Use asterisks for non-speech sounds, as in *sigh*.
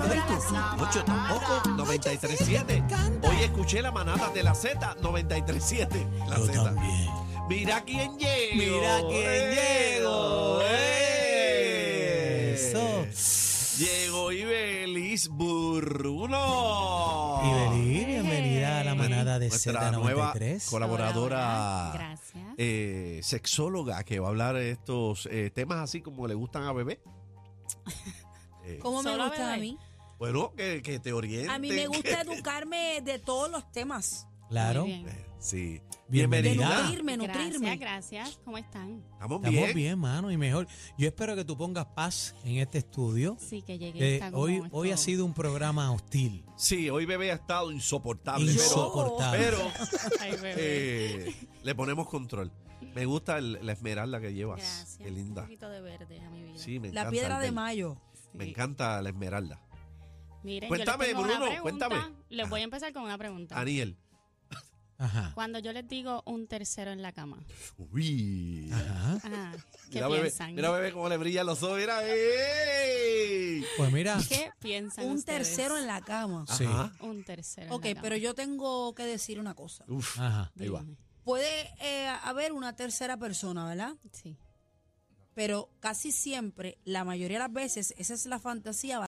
8 tampoco, 937. Hoy escuché la manada de la Z, 937. La Yo Z. también. Mira quién llegó. Mira quién ¡Eh! llegó, ¡eh! Eso. Eso. Llegó Ibelis Burruno. Iberi, bienvenida a la manada de Nuestra nueva Z93. colaboradora. Hola, hola. Gracias. eh, sexóloga que va a hablar de estos eh, temas así como le gustan a *laughs* bebé. Eh, ¿Cómo me Solo gusta a bebé. mí? bueno, que, que te oriente. A mí me gusta que- educarme de todos los temas, Claro. Muy bien. Sí. de Bienvenida. Bienvenida. nutrirme, Gracias, nutrirme. gracias. ¿Cómo están? Estamos bien. Estamos bien, mano, y mejor. Yo espero que tú pongas paz en este estudio. Sí, que Eh, llegué. hoy, hoy ha *laughs* sido un programa hostil, Sí, hoy bebé ha estado insoportable, insoportable. pero, pero eh, le ponemos control. Me gusta el- la esmeralda que llevas. Gracias. Qué linda. Un poquito de verde a mi vida. Sí, me encanta. La piedra el de verde. mayo. Sí. Me encanta la esmeralda. Miren, yo Cuéntame, les tengo una Bruno, pregunta. cuéntame. Les voy a empezar con una pregunta. Aniel. Ajá. Cuando yo les digo un tercero en la cama, Uy. Ajá. ah, ¿qué Mira bebé, piensan? mira bebé cómo le brillan los ojos. Mira, ¡ey! Pues mira, ¿Qué piensan Un ustedes? Ah, tercero en la cama. Sí. Ajá. Un tercero Ok, en la cama. pero yo tengo que decir una cosa. Uf. ajá. Ahí va. Dígame. Puede eh, haber una tercera persona, ¿verdad? Sí. Pero casi siempre, la mayoría de las veces, esa es la fantasía